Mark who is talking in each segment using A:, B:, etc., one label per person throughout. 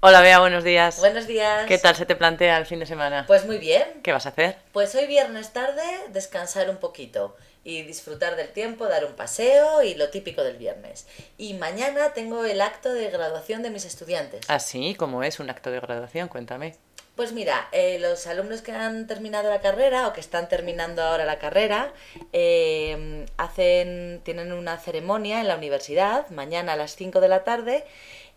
A: Hola Bea, buenos días.
B: Buenos días.
A: ¿Qué tal se te plantea el fin de semana?
B: Pues muy bien.
A: ¿Qué vas a hacer?
B: Pues hoy viernes tarde descansar un poquito y disfrutar del tiempo, dar un paseo y lo típico del viernes. Y mañana tengo el acto de graduación de mis estudiantes.
A: Ah, sí, ¿cómo es un acto de graduación? Cuéntame.
B: Pues mira, eh, los alumnos que han terminado la carrera o que están terminando ahora la carrera eh, hacen, tienen una ceremonia en la universidad mañana a las 5 de la tarde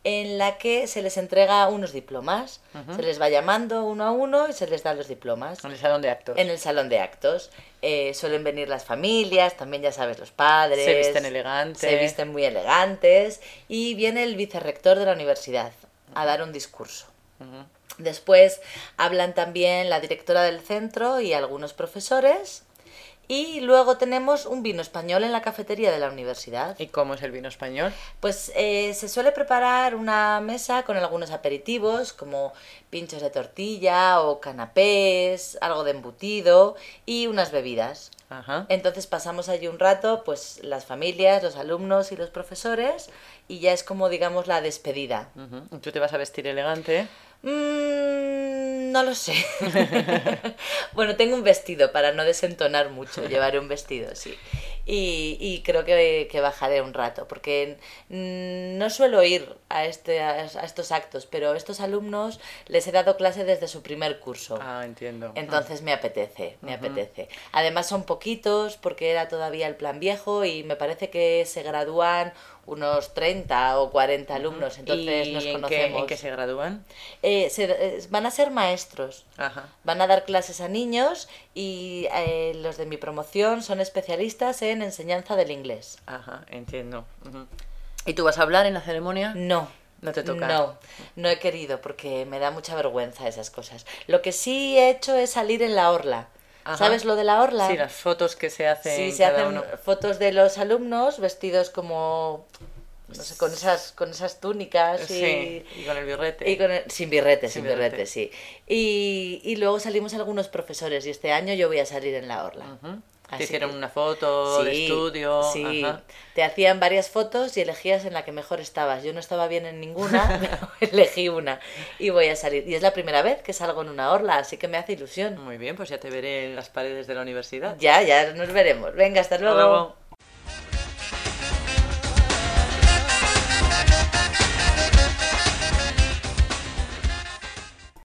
B: en la que se les entrega unos diplomas.
A: Ujú.
B: Se les va llamando uno a uno y se les dan los diplomas.
A: En el salón de actos.
B: En el salón de actos. Eh, suelen venir las familias, también ya sabes, los padres.
A: Se visten elegantes.
B: Se visten muy elegantes. Y viene el vicerrector de la universidad a dar un discurso.
A: Ujú.
B: Después hablan también la directora del centro y algunos profesores. Y luego tenemos un vino español en la cafetería de la universidad.
A: ¿Y cómo es el vino español?
B: Pues eh, se suele preparar una mesa con algunos aperitivos, como pinchos de tortilla o canapés, algo de embutido y unas bebidas.
A: Ajá.
B: Entonces pasamos allí un rato, pues las familias, los alumnos y los profesores, y ya es como, digamos, la despedida.
A: Ujú. ¿Y ¿Tú te vas a vestir elegante?
B: Mm, no lo sé. bueno, tengo un vestido para no desentonar mucho. Llevaré un vestido, sí. Y, y creo que, que bajaré un rato, porque mm, no suelo ir a, este, a estos actos, pero a estos alumnos les he dado clase desde su primer curso.
A: Ah, entiendo.
B: Entonces me apetece, me
A: Ujú.
B: apetece. Además son poquitos porque era todavía el plan viejo y me parece que se gradúan unos 30 o 40 alumnos, entonces
A: ¿Y
B: nos
A: en qué-
B: conocemos.
A: ¿En qué se gradúan?
B: Eh, se- eh, van a ser maestros.
A: Ajá.
B: Van a dar clases a niños y eh, los de mi promoción son especialistas en enseñanza del inglés.
A: Ajá, entiendo. Ujú. ¿Y tú vas a hablar en la ceremonia?
B: No.
A: No te toca.
B: No, no he querido porque me da mucha vergüenza esas cosas. Lo que sí he hecho es salir en la orla.
A: Ajá.
B: ¿Sabes lo de la orla?
A: Sí, las fotos que se hacen.
B: Sí, se
A: cada
B: hacen
A: uno.
B: fotos de los alumnos vestidos como no sé, con esas con esas túnicas y
A: Sí, y con el birrete.
B: y con el- sin birrete,
A: Sin
B: sin,
A: birrete.
B: birrete, sí. Y, y luego salimos algunos profesores y este año yo voy a salir en la orla.
A: Ujú. Te
B: Así
A: hicieron
B: que-
A: una foto de
B: Sí,
A: Ah, estudio.
B: Sí,
A: ajá.
B: te hacían varias fotos y elegías en la que mejor estabas. Yo no estaba bien en ninguna, pero elegí una y voy a salir. Y es la primera vez que salgo en una orla, así que me hace ilusión.
A: Muy bien, pues ya te veré en las paredes de la universidad.
B: Ya, ya nos veremos. Venga, hasta
A: Hasta luego.